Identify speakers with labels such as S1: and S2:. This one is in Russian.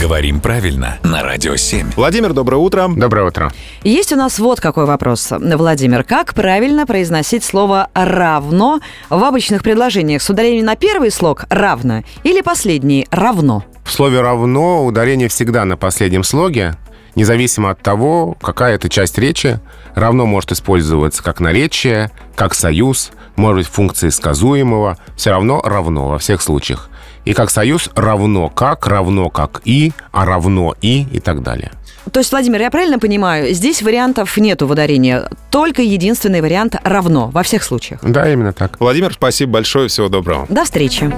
S1: Говорим правильно на Радио 7.
S2: Владимир, доброе утро.
S3: Доброе утро.
S4: Есть у нас вот какой вопрос. Владимир, как правильно произносить слово «равно» в обычных предложениях с ударением на первый слог «равно» или последний «равно»?
S3: В слове «равно» ударение всегда на последнем слоге, независимо от того, какая это часть речи. «Равно» может использоваться как наречие, как союз, может быть, в функции сказуемого. Все равно «равно» во всех случаях. И как союз «равно как», «равно как и», «а равно и» и так далее.
S4: То есть, Владимир, я правильно понимаю, здесь вариантов нету в ударении, только единственный вариант «равно» во всех случаях.
S3: Да, именно так.
S2: Владимир, спасибо большое, всего доброго.
S4: До встречи.